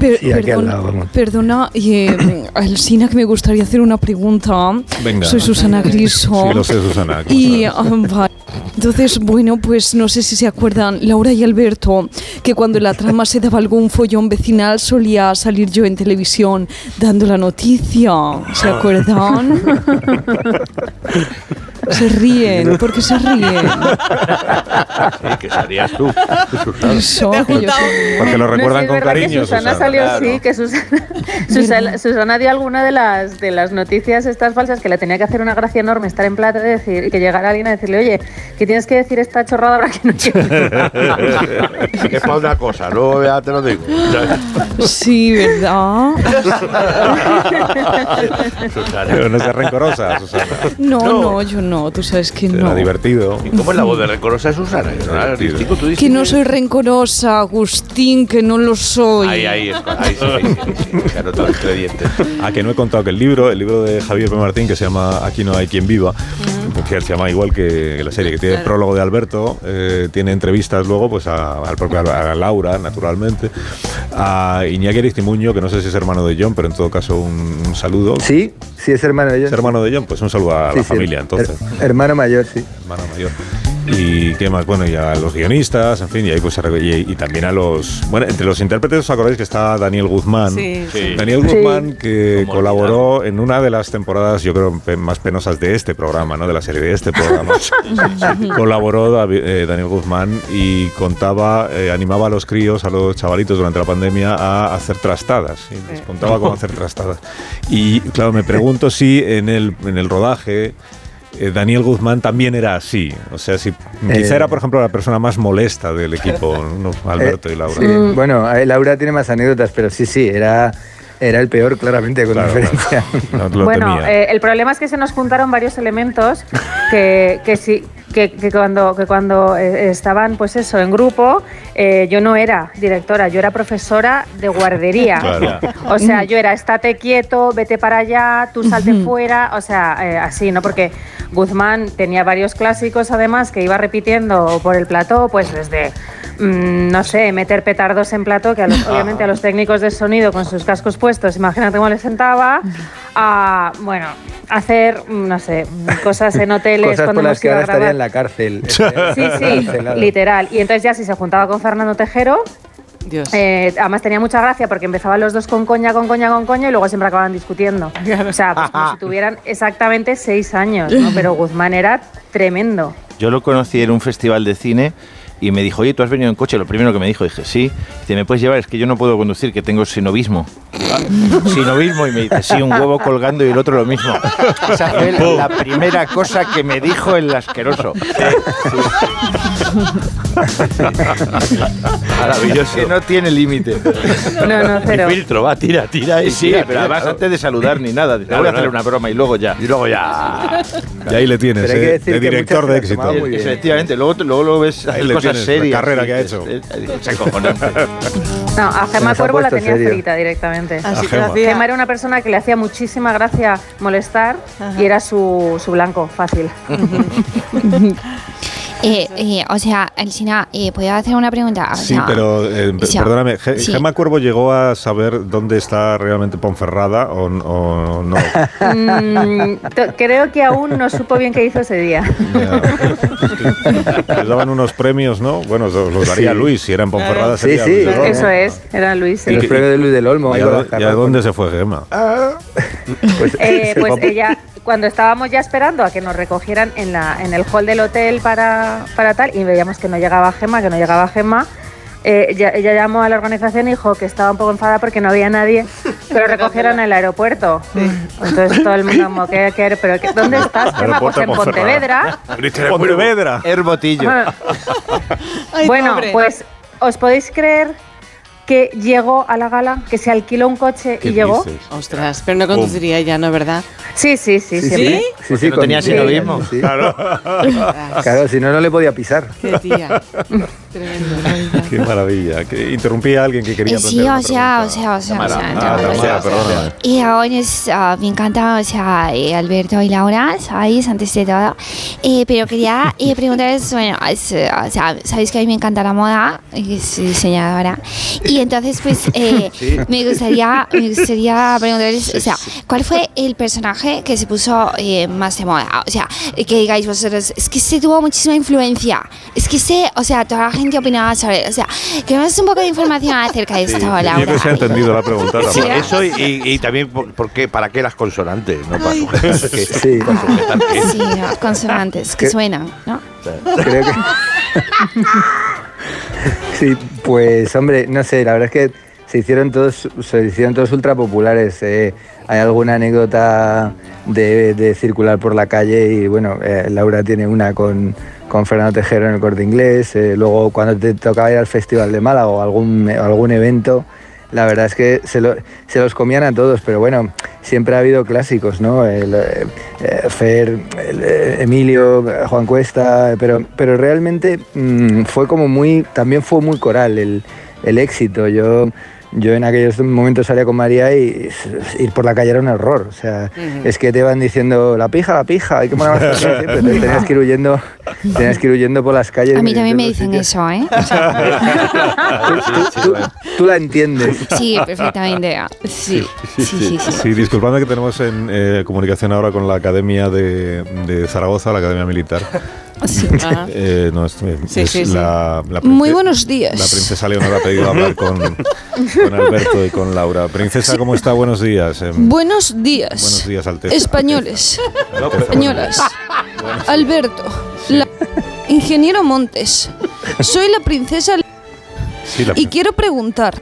S17: Per- perdona, perdona
S1: [laughs]
S17: eh, Alsina, que me gustaría hacer una pregunta.
S1: Venga.
S17: Soy Susana Griso.
S1: Sí, lo sé, Susana. ¿cómo
S17: Y um, va- entonces, bueno, pues no sé si se acuerdan, Laura y Alberto, que cuando la trama se daba algún follón vecinal solía salir yo en televisión dando la noticia.
S1: [laughs]
S17: ¿Se acuerdan? se ríen, porque
S1: [laughs]
S17: se ríen.
S3: Sí, que salías tú.
S17: Eso, que yo soy-
S1: Porque lo
S7: No,
S1: recuerdan
S7: sí, es
S1: con
S7: verdad que
S1: cariño,
S7: Susana,
S1: Susana,
S7: salió,
S1: claro.
S7: sí, que Susana, [laughs] Susana, Susana dio alguna de las, de las noticias estas falsas que le tenía que hacer una gracia enorme estar en plata y decir, y que llegara alguien a decirle, oye, que tienes que decir esta chorrada para que no
S5: es para una cosa, luego ya te lo digo.
S17: Sí, ¿verdad?
S1: Pero no seas rencorosa, Susana.
S17: No, no, yo no, tú sabes que
S1: Será
S17: no.
S1: divertido.
S5: ¿Y cómo es la voz de rencorosa de Susana? Chico, tú dices
S17: Que no soy rencorosa, Agustín, que no lo soy.
S5: Ahí, ahí, es, ahí sí, ahí sí, ahí sí, claro, todo el expediente.
S1: Ah, que no he contado que el libro, el libro de Javier P. Martín, que se llama Aquí no hay quien viva, que se llama igual que, que la serie, que tiene el
S17: Claro.
S1: prólogo de Alberto, eh, tiene entrevistas luego pues a, al propio- a Laura, naturalmente, a Iñaki Aristimuño, que no sé si es hermano de John, pero en todo caso un, un saludo.
S8: Sí, sí es hermano de John.
S1: Es hermano de John, pues un saludo a
S8: Sí,
S1: la
S8: sí,
S1: familia, entonces,
S8: her- hermano mayor, sí.
S1: hermano mayor. Y qué más, bueno, y a los guionistas, en fin, y ahí pues se reco- y, y también a los. Bueno, entre los intérpretes os acordáis que está Daniel Guzmán.
S5: Sí, sí.
S1: Daniel
S5: Sí.
S1: Guzmán, que colaboró en una de las temporadas, yo creo, pe- más penosas de este programa, ¿no? De la serie de este programa.
S7: [laughs]
S1: colaboró Davi- eh, Daniel Guzmán y contaba, eh, animaba a los críos, a los chavalitos durante la pandemia a hacer trastadas. Y les contaba cómo hacer trastadas. Y claro, me pregunto si en el, en el rodaje eh, Daniel Guzmán también era así. O sea, si, quizá
S8: Eh.
S1: era, por ejemplo, la persona más molesta del
S3: [laughs]
S1: equipo,
S3: Eh,
S1: ¿no? Alberto y Laura.
S8: Eh, Sí,
S7: Mm.
S8: Bueno, a ver, Laura tiene más anécdotas, pero sí, sí, era, era el peor claramente con diferencia.
S7: bueno, eh, el problema es que se nos juntaron varios
S18: [laughs]
S7: elementos que, que sí- que- que cuando, que cuando eh, estaban, pues eso, en grupo, eh, yo no era directora, yo era profesora de guardería.
S18: [laughs] Claro.
S7: O sea, yo era estate quieto, vete para allá, tú salte fuera, o sea, eh, así, ¿no? Porque Guzmán tenía varios clásicos además que iba repitiendo por el plató, pues desde, mm, no sé, meter petardos en plató, que a los-
S18: Ah.
S7: obviamente a los técnicos de sonido con sus cascos puestos, imagínate cómo les sentaba, a, bueno, hacer, mm, no sé, cosas en hoteles
S8: [laughs] Cosas
S7: cuando
S8: por las
S7: hemos
S8: que
S7: ido a
S8: ahora estaría
S7: grabar.
S8: en la
S1: [laughs]
S8: cárcel.
S7: Sí, sí, literal. Y entonces ya si se juntaba con Fernando Tejero,
S3: Pues
S7: eh, además tenía mucha gracia porque empezaban los dos con coña, con coña, con coña y luego siempre acababan discutiendo. O sea, pues como
S8: [laughs]
S7: si tuvieran exactamente seis años, ¿no? Pero Guzmán era tremendo.
S3: Yo lo conocí en un festival de cine y me dijo, oye, ¿tú has venido en coche? Lo primero que me dijo, dije, sí. Dice, ¿me puedes llevar? Es que yo no puedo conducir, que tengo sinobismo. sinobismo. Y me dice, sí, un huevo colgando y el otro lo mismo. [laughs] Esa fue la, la primera cosa que me dijo el [laughs] asqueroso.
S5: Maravilloso.
S3: Que no tiene límite.
S7: No, no, cero.
S5: Ni filtro, va, tira, tira.
S3: Sí,
S5: Y
S3: sí,
S5: tira,
S3: pero
S5: tira,
S3: además
S5: claro.
S3: antes de saludar ni nada. Dice,
S5: Claro,
S3: voy a hacerle
S5: no.
S3: una broma y luego ya.
S5: Y luego ya.
S1: Y ahí le tienes,
S3: Pero hay
S1: eh,
S3: que decir
S1: de
S3: que
S1: director
S3: muchas
S1: de
S3: se la
S1: éxito.
S3: tomaba muy bien. Efectivamente, luego, luego lo ves
S1: Ahí
S3: hacer
S1: le
S3: cosas
S1: tienes,
S3: serias.
S1: La carrera que ha
S3: Es-
S1: hecho.
S3: es- es- es acojonante.
S7: No, a Gemma
S3: Se ha
S7: Cuervo la
S3: puesto
S7: tenía
S3: serio.
S7: frita directamente.
S3: Así A que la Gemma. hacía-
S7: Gemma era una persona que le hacía muchísima gracia molestar y era su, su blanco fácil.
S4: Eh, eh, o sea, Alcina, eh, ¿puedo hacer una pregunta? O
S1: Sí,
S4: sea,
S1: pero eh, pe-
S4: o sea,
S1: perdóname, Ge-
S4: sí.
S1: Gemma Cuervo llegó a saber dónde está realmente Ponferrada o, n- o no.
S3: [laughs]
S7: Mm, to- creo que aún no supo bien qué hizo ese día.
S1: Les daban unos premios, ¿no? Bueno, los los daría
S8: Sí.
S1: Luis, si eran Ponferrada
S8: Sí,
S1: sería
S8: sí.
S1: Luis del Olmo.
S7: Eso es, era Luis.
S1: Y
S8: Los
S1: que- Ah.
S8: premios de Luis del Olmo.
S1: ¿Y
S8: ahí
S1: a,
S8: con
S1: dó-
S8: las
S1: y a
S8: carpas.
S1: dónde se
S8: [laughs]
S1: fue Gemma? [laughs]
S7: Eh,
S1: Se
S7: pues
S1: va-
S7: ella, cuando estábamos ya esperando a que nos recogieran en, la, en el hall del hotel para, para tal, y veíamos que no llegaba Gema, que no llegaba Gema, eh, ella, ella llamó a la organización y dijo que estaba un poco enfadada porque no había nadie, que lo recogieron en el aeropuerto. Entonces todo el mundo como, ¿qué, qué- pero qué- ¿dónde estás, Gema?
S1: [laughs]
S7: Pues
S1: Aeropuerto
S7: en Pontevedra.
S1: Pontevedra.
S3: Herbotillo.
S7: Bueno, bueno,
S18: pobre.
S7: pues, ¿os podéis creer que llegó a la gala, que se alquiló un coche y llegó?
S2: Ostras, pero no conduciría ya, ¿no, verdad?
S7: Sí, sí, sí,
S8: Sí,
S7: siempre.
S8: Sí, sí, con- sí, sí.
S1: Claro.
S8: Claro, si no, no le podía pisar.
S1: [laughs]
S2: Qué tía.
S1: Qué maravilla. Que interrumpí a alguien que quería
S4: eh, sí,
S1: plantear
S4: o
S1: una
S4: sea, o sea, o sea, o
S1: pregunta.
S4: sea,
S1: Ah,
S4: no,
S1: Tamara, perdóname.
S4: Y hoy es, ah, me encanta, o sea, eh, Alberto y Laura, ¿sabéis? Antes de todo. Eh, pero quería
S1: [laughs]
S4: eh, preguntarles, bueno, es, eh, o sea, sabéis que a mí me encanta la moda, y soy diseñadora. Y entonces, pues, eh,
S18: Sí.
S4: me, gustaría, me gustaría preguntarles,
S18: Sí,
S4: o sea,
S18: sí.
S4: ¿cuál fue el personaje que se puso eh, más de moda? O sea, eh, que digáis vosotros, es que se tuvo muchísima influencia. Es que se, o sea, toda la gente opinaba sobre, o sea, queremos un poco de información acerca de esto,
S1: Yo
S4: Laura.
S1: creo que se ha entendido la pregunta.
S5: Sí,
S1: Tamara.
S5: eso y, y- y también por, por qué, para qué las consonantes, no para que-
S8: Sí.
S5: para sujetar que-
S4: Sí, no, consonantes que
S8: ¿Qué?
S4: suenan, ¿no?
S8: Creo que. Sí, pues hombre, no sé, la verdad es que se hicieron todos, se hicieron todos ultra populares. eh. Hay alguna anécdota de, de circular por la calle y bueno, eh, Laura tiene una con, con Fernando Tejero en el corte inglés. eh, luego cuando te tocaba ir al Festival de Málaga o algún, algún evento. La verdad es que se, lo- se los comían a todos, pero bueno, siempre ha habido clásicos, ¿no? El, eh, eh, Fer, el, eh, Emilio, eh, Juan Cuesta, pero, pero realmente mm, fue como muy, también fue muy coral el, el éxito. Yo, yo en aquellos momentos salía con María y s- ir por la calle era un error. O sea,
S18: Ujú.
S8: es que te van diciendo la pija, la pija, hay que poner más cosas", pero
S4: [laughs]
S8: te- tenías que ir huyendo, tenías que ir huyendo por las calles.
S4: A mí también me
S8: Tú-
S4: dicen eso, ¿eh?
S8: [laughs] tú- Tú la entiendes.
S4: Sí,
S8: [laughs]
S4: perfectamente. Sí, sí, sí. sí.
S1: Sí, disculpadme que tenemos en eh, comunicación ahora con la Academia de, de Zaragoza, la Academia Militar.
S17: Ajá.
S1: Eh, no, es, eh,
S17: Sí,
S1: es
S17: sí, sí.
S1: La, la prince-
S17: Muy buenos días.
S13: [laughs]
S1: La princesa Leonor ha pedido hablar con, con Alberto y con Laura. Princesa, ¿cómo está? Buenos días. Em,
S17: Buenos días.
S1: buenos días, Alteza.
S17: Españoles.
S1: Alteza,
S13: [laughs]
S1: buenos
S17: Españolas. Alberto. la- Ingeniero Montes. Soy la princesa
S1: Sí, la
S17: y
S1: prin- [laughs]
S17: quiero preguntar.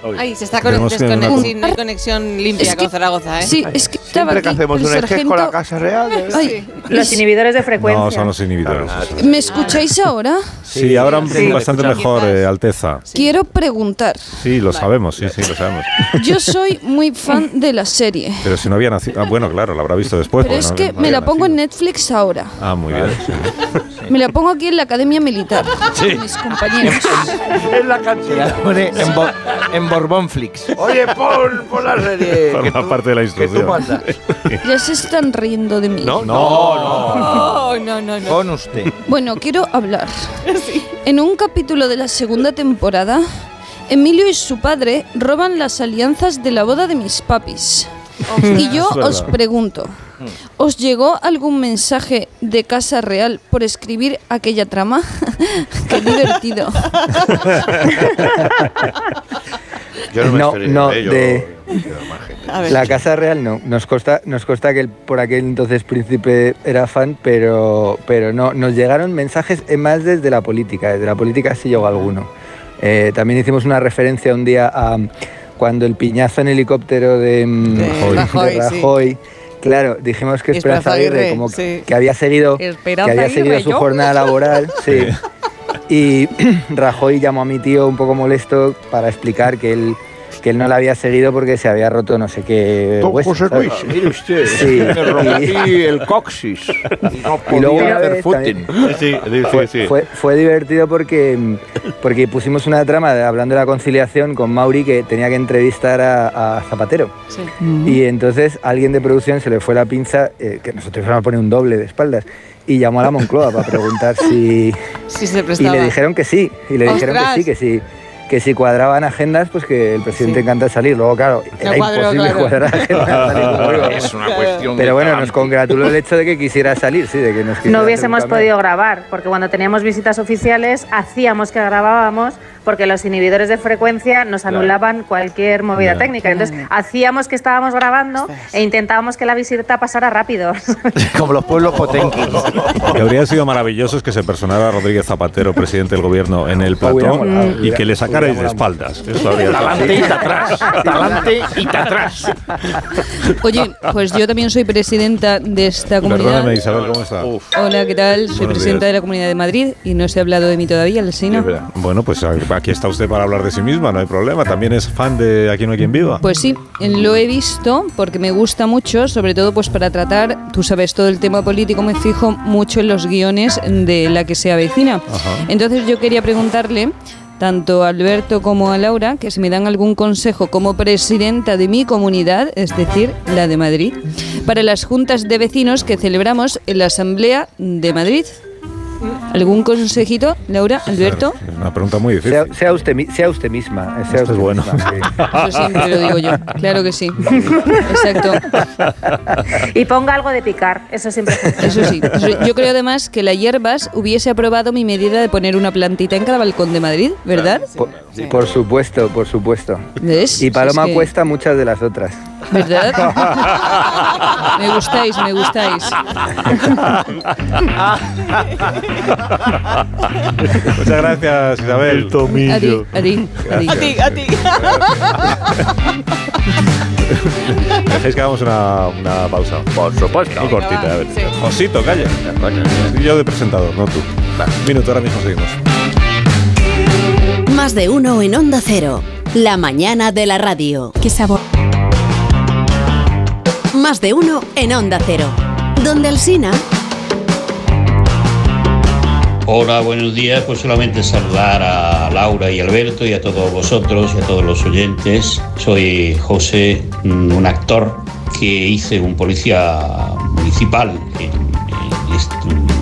S2: Ay, se está con
S1: Tenemos que
S2: desconex-
S1: una-
S2: no hay conexión limpia
S7: Es que-
S2: con Zaragoza, ¿eh?
S7: sí, es que estaba Siempre que aquí hacemos el un esquema sargento- con la Casa
S5: Real. ¿eh?
S7: Los inhibidores de frecuencia.
S1: No, son los inhibidores. Ah, eso es.
S13: ¿Me escucháis ahora?
S1: Sí, ahora
S13: Ah, Sí.
S1: bastante
S13: Escuchamos.
S1: mejor, eh, Alteza.
S13: Quiero preguntar.
S1: Sí, lo sabemos, sí, sí, lo sabemos.
S13: Yo soy muy fan de la serie.
S1: Pero si no había nacido. Ah, bueno, claro, lo habrá visto después.
S13: Pero
S1: porque
S13: es
S1: no-
S13: que
S1: no
S13: me
S1: había
S13: la pongo en Netflix ahora.
S1: nacido. Ah, muy bien.
S13: Me la pongo aquí en la Academia Militar.
S3: Sí.
S13: Con mis compañeros.
S5: Es la canción.
S3: Pone en, Bo- en Borbónflix.
S5: Oye, pon, pon la serie.
S1: Forma parte de la instrucción.
S5: mandas.
S13: Ya se están riendo de mí.
S5: No,
S13: no, no, no. no.
S3: Con usted.
S13: Bueno, quiero hablar. En un capítulo de la segunda temporada, Emilio y su padre roban las alianzas de la boda de mis papis. Y yo
S18: Es verdad.
S13: os pregunto,
S17: Mm.
S13: ¿os llegó algún mensaje de Casa Real por escribir aquella trama? [laughs] ¡Qué divertido!
S5: Yo no me
S8: no,
S5: esperé,
S8: no,
S5: eh, yo-
S8: de-
S5: A ver.
S8: La Casa Real no. Nos consta, nos consta que el, por aquel entonces príncipe era fan, pero, pero no. Nos llegaron mensajes eh, más desde la política. Desde la política sí llegó alguno. Eh, también hicimos una referencia un día a mm, cuando el piñazo en helicóptero de, mm,
S2: De
S8: de
S2: Rajoy, sí.
S8: Rajoy, Claro, dijimos que
S2: Y Esperanza
S8: Esperanza Aguirre,
S2: Aguirre,
S8: como
S2: sí.
S8: que había seguido, que
S2: Esperanza
S8: había
S2: Aguirre,
S8: seguido su
S2: yo.
S8: jornada
S2: [laughs]
S8: laboral. Sí. Y [clears throat] Rajoy llamó a mi tío un poco molesto para explicar que él, que él no la había seguido porque se había roto no sé qué
S5: Don
S8: hueso.
S5: José
S8: ¿sabes?
S5: Luis, mire usted, [laughs]
S8: Sí.
S5: me rompí
S8: Y-
S5: el coxis. Y no
S8: y luego
S5: podía
S8: una
S5: hacer
S8: vez
S5: footing.
S8: también- fue, fue- fue divertido porque, porque pusimos una trama de- hablando de la conciliación con Mauri que tenía que entrevistar a, a Zapatero. Y entonces a alguien de producción se le fue la pinza, eh, que nosotros íbamos a poner un doble de espaldas, y llamó a la Moncloa para preguntar si...
S2: Sí, se
S8: Y
S2: prestaba.
S8: le dijeron que sí, y le dijeron
S2: ¡Ostras!
S8: que sí, que sí. Que si cuadraban agendas, pues que el presidente encanta salir. Luego, claro, era
S2: cuadró,
S8: imposible
S2: claro.
S8: cuadrar agendas. tal y como íbamos.
S3: Es una cuestión de
S8: Pero bueno, nos
S3: talento.
S8: congratuló el hecho de que quisiera salir, sí, de que nos quisiera
S7: No
S8: hacer
S7: hubiésemos
S8: un cambio.
S7: podido grabar, porque cuando teníamos visitas oficiales hacíamos que grabábamos, porque los inhibidores de frecuencia nos
S8: Claro.
S7: anulaban cualquier movida
S8: Claro.
S7: técnica. Entonces hacíamos que estábamos grabando e intentábamos que la visita pasara rápido. [laughs]
S3: Como los [laughs] pueblos potenquis.
S1: Lo que habría sido maravilloso es que se personara Rodríguez Zapatero, presidente del gobierno, en el
S8: Hubiera
S1: plató
S8: molado,
S1: y que
S8: hubiera-
S1: le sacarais de
S8: hubiera
S1: espaldas. Eso habría sido-
S3: Talante y tatrás. Talante y tatrás.
S17: Oye, pues yo también soy presidenta de esta comunidad.
S1: Perdóname, Isabel, ¿cómo está?
S17: Hola, ¿qué tal? Soy
S1: Buenos
S17: presidenta
S1: días.
S17: de la Comunidad de Madrid y no se ha hablado de mí todavía, Alsina.
S1: Bueno, pues aquí está usted para hablar de sí misma, no hay problema. También es fan de Aquí no hay quien viva.
S17: Pues sí, lo he visto porque me gusta mucho, sobre todo pues para tratar, tú sabes, todo el tema político me fijo mucho en los guiones de la que se avecina.
S18: Ajá.
S17: Entonces yo quería preguntarle tanto a Alberto como a Laura que si me dan algún consejo como presidenta de mi comunidad, es decir, la de Madrid, para las juntas de vecinos que celebramos en la Asamblea de Madrid. ¿Algún consejito, Laura, Alberto?
S1: Es una pregunta muy difícil.
S8: Sea, sea usted, mi- sea usted misma. eh, Sea usted
S1: bueno.
S8: misma, sí.
S17: Eso siempre lo digo yo. Claro que sí. Exacto.
S7: y ponga algo de picar, eso siempre.
S17: Eso sí.
S8: [laughs]
S17: Eso- Yo creo además que la Hierbas hubiese aprobado mi medida de poner una plantita en cada balcón de Madrid, ¿verdad?
S8: Por, por supuesto, por supuesto.
S17: ¿Ves?
S8: Y Paloma
S17: Es que-
S8: cuesta muchas de las otras.
S17: ¿Verdad? Me gustáis, me gustáis.
S1: Muchas gracias, Isabel. El
S17: A ti, a ti, a ti.
S1: A ti,
S2: a ti.
S1: Dejéis que hagamos una, una pausa. Por supuesto. Muy cortita, a ver. Josito, calla. Soy Yo de presentador, no tú. Minuto, ahora mismo seguimos.
S11: Más de uno en Onda Cero. La mañana de la radio. ¿Qué sabor? Más de uno en Onda Cero. Donde Alsina.
S19: Hola, buenos días. Pues solamente saludar a Laura y Alberto y a todos vosotros y a todos los oyentes. Soy José, mm, un actor que hice un policía municipal en, en est-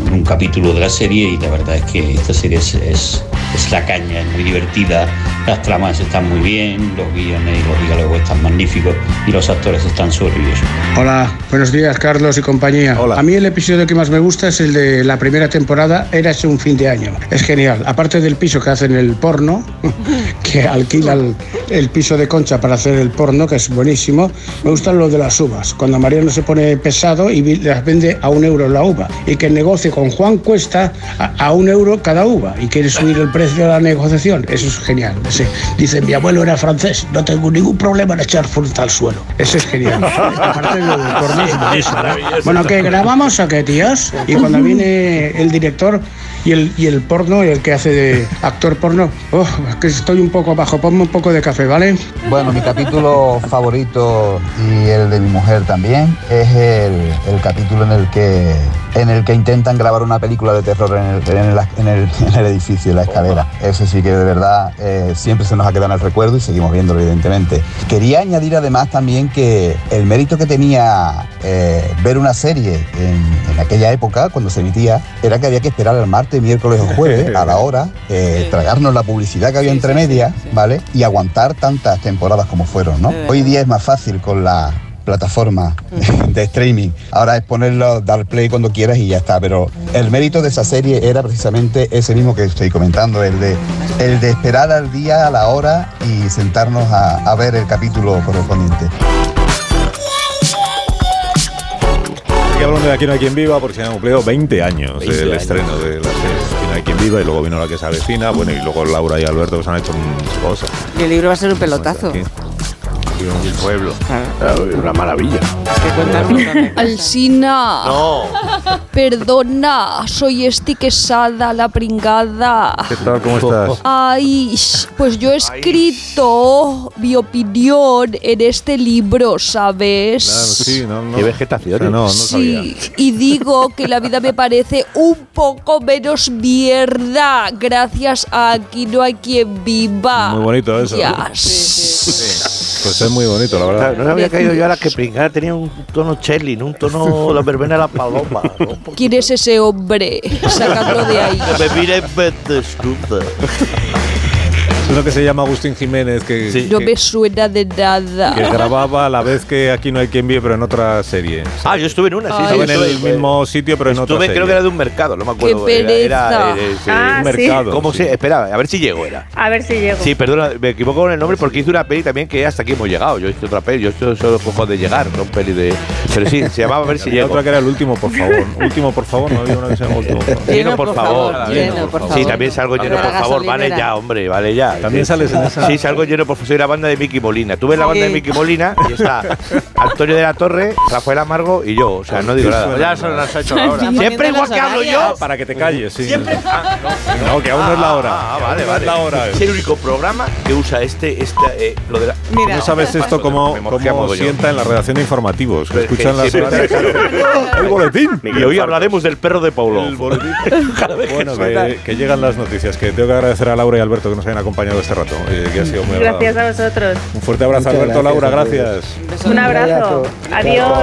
S19: en un capítulo de la serie y la verdad es que esta serie es, es- es la caña, es muy divertida, las tramas están muy bien, los guiones y los diálogos están magníficos y los actores están soberbios.
S20: Hola, buenos días Carlos y compañía. A mí el episodio que más me gusta es el de la primera temporada, era ese un fin de año. Es genial. Aparte del piso que hacen el porno, que alquilan el piso de concha para hacer el porno, que es buenísimo, me gustan lo de las uvas. Cuando Mariano se pone pesado y vi- las vende a un euro la uva. Y que negocie con Juan Cuesta a, a un euro cada uva. Y quiere subir el precio de la negociación. Eso es genial. Eso frase. Dice, mi abuelo era francés, no tengo ningún problema en echar fruta al suelo. Eso es genial. Aparte de lo del cornismo, eso, ¿no? Bueno, ¿qué grabamos o qué, tíos? Y cuando viene el director y el, y el porno, el que hace de actor porno, oh, es que estoy un poco bajo, ponme un poco de café, ¿vale?
S18: Bueno, mi capítulo favorito y el de mi mujer también es el, el capítulo en el que en el que intentan grabar una película de terror en el, en el- en el- en el edificio, en la escalera. Ese sí que de verdad eh, siempre se nos ha quedado en el recuerdo y seguimos viéndolo, evidentemente. Quería añadir además también que el mérito que tenía eh, ver una serie en, en aquella época, cuando se emitía, era que había que esperar el martes, miércoles o
S1: [laughs]
S18: jueves a la hora, eh, tragarnos la publicidad que había entre medias, ¿vale? Y aguantar tantas temporadas como fueron, ¿no? Hoy día es más fácil con la plataforma [laughs] de streaming. Ahora es ponerlo, dar play cuando quieras y ya está. Pero el mérito de esa serie era precisamente ese mismo que estoy comentando, el de, el de esperar al día, a la hora y sentarnos a, a ver el capítulo correspondiente.
S1: Hay que hablar de Aquí no hay quien viva porque se han cumplido 20 años
S5: 20
S1: del
S5: años.
S1: estreno de la serie Aquí no hay quien viva y luego vino la que se avecina, bueno, y luego Laura y Alberto pues han hecho muchas cosas.
S2: Y el libro va a ser un pelotazo.
S1: Aquí.
S5: El pueblo. Ah, Una maravilla.
S17: Alcina.
S5: No.
S17: Perdona, soy Esti Quesada, la pringada.
S1: ¿Qué tal? ¿Cómo estás?
S17: Ay, sh, pues yo he escrito mi opinión en este libro, ¿sabes?
S1: Claro, sí, no, no.
S3: ¿Qué
S5: ¿eh?
S3: vegetación?
S1: O sea, no, no sabía.
S17: Sí, y digo que la vida me parece un poco menos mierda gracias a Aquí no hay quien viva.
S1: Muy bonito eso.
S17: Ya.
S1: Pues es muy bonito, la verdad.
S5: No le había caído yo a la que pringada tenía un tono chelly,
S1: [laughs]
S5: un tono la verbena de la paloma. ¿no?
S17: ¿Quién es ese hombre? Sacadlo de ahí.
S5: Me mira en vez de escuta.
S1: Es uno que se llama Agustín Jiménez, que, [laughs]
S17: No
S1: que-
S17: me suena de nada.
S1: que grababa a la vez que Aquí no hay quien vive, pero en otra serie.
S5: Ah, yo estuve en una, sí.
S1: Estaba en
S5: sí,
S1: el
S5: estuve- eh,
S1: mismo sitio, pero en otra
S5: Estuve,
S1: serie.
S5: creo que era de un mercado, no me acuerdo.
S1: ¡Qué
S5: era- Era,
S1: pereza!
S5: eh, sí,
S1: Ah,
S5: un
S1: sí.
S5: mercado. ¿Cómo
S1: sí.
S5: se? Espera, a ver si llego, era.
S7: A ver si llego.
S5: Sí, perdona, me equivoco con el nombre porque hice una peli también que hasta aquí hemos llegado. Yo hice otra peli, yo estoy solo cojo de llegar, no peli de. Pero sí, se llamaba a ver
S1: [laughs]
S5: si
S1: Había
S5: llego.
S1: otra que era el último, por favor. último, por favor, no había una que se llama último. por favor.
S5: Lleno, por favor.
S1: Lleno, por
S5: Sí,
S1: favor.
S5: también salgo lleno,
S1: Hombre,
S5: por
S1: la
S5: favor. Vale
S1: gasolinera.
S5: ya, hombre, vale ya.
S1: También
S5: Sí.
S1: sales en esa.
S5: Sí, salgo lleno, por favor. Soy la banda de Mickey Molina. Tuve la banda de
S1: Sí.
S5: Mickey Molina y está [laughs] Antonio de la Torre, Rafael Amargo y yo. O sea, no digo nada. Ya son las 8 ahora. [laughs] Siempre igual que hablo yo.
S1: Ah, Para que te calles, sí.
S5: [laughs]
S1: No, que aún no es la hora.
S5: Ah,
S1: Aún
S5: vale,
S1: no
S5: vale.
S1: es la hora. eh.
S5: Es el único programa que usa este, esta, eh, lo de la.
S1: No sabes esto cómo, cómo sienta en la redacción de informativos, que
S5: Pero es que
S1: escuchan las
S5: siempre-
S1: horas. El boletín.
S5: Y hoy hablaremos del perro de Paulo.
S1: Bueno, que, que llegan las noticias, que tengo que agradecer a Laura y Alberto que nos hayan acompañado este rato, eh, que ha sido muy agradable.
S7: Gracias a vosotros.
S1: Un fuerte abrazo,
S7: Muchas
S1: Alberto,
S7: gracias
S1: Laura,
S7: a todos.
S1: gracias.
S7: Un abrazo. Adiós.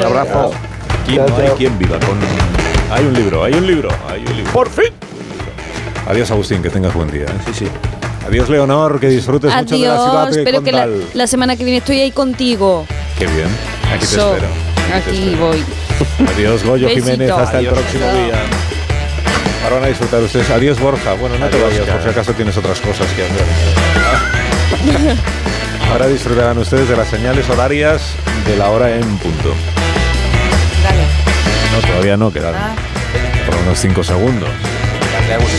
S1: Un abrazo. Aquí no hay quien viva. Con... Hay un libro, hay un libro, hay un libro. ¡Por fin! Adiós, Agustín, que tengas buen día. Sí, sí. Adiós, Leonor, que disfrutes mucho de la ciudad
S17: Adiós,
S1: de
S17: pero que la,
S1: Condal.
S17: la semana que viene estoy ahí contigo.
S1: Qué bien. Aquí te
S17: So,
S1: espero. te
S17: Aquí
S1: espero.
S17: voy.
S1: Adiós, Goyo
S17: Besito.
S1: Jiménez. Hasta el
S17: Adiós.
S1: próximo día. Ahora van a disfrutar ustedes. Adiós, Borja. Bueno, no te
S5: Adiós,
S1: vayas, por
S5: cara.
S1: si acaso tienes otras cosas que hacer. Ahora disfrutarán ustedes de las señales horarias de la hora en punto. No, todavía no, quedan por unos 5 segundos.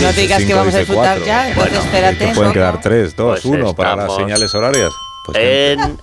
S2: No digas que
S1: Cinco,
S2: vamos
S1: dice
S2: a disfrutar
S1: cuatro.
S2: ya, entonces
S1: Que
S2: espérate.
S1: pueden quedar 3, 2,
S5: Pues
S1: 1 para las
S5: estamos
S1: señales horarias. Pues
S5: En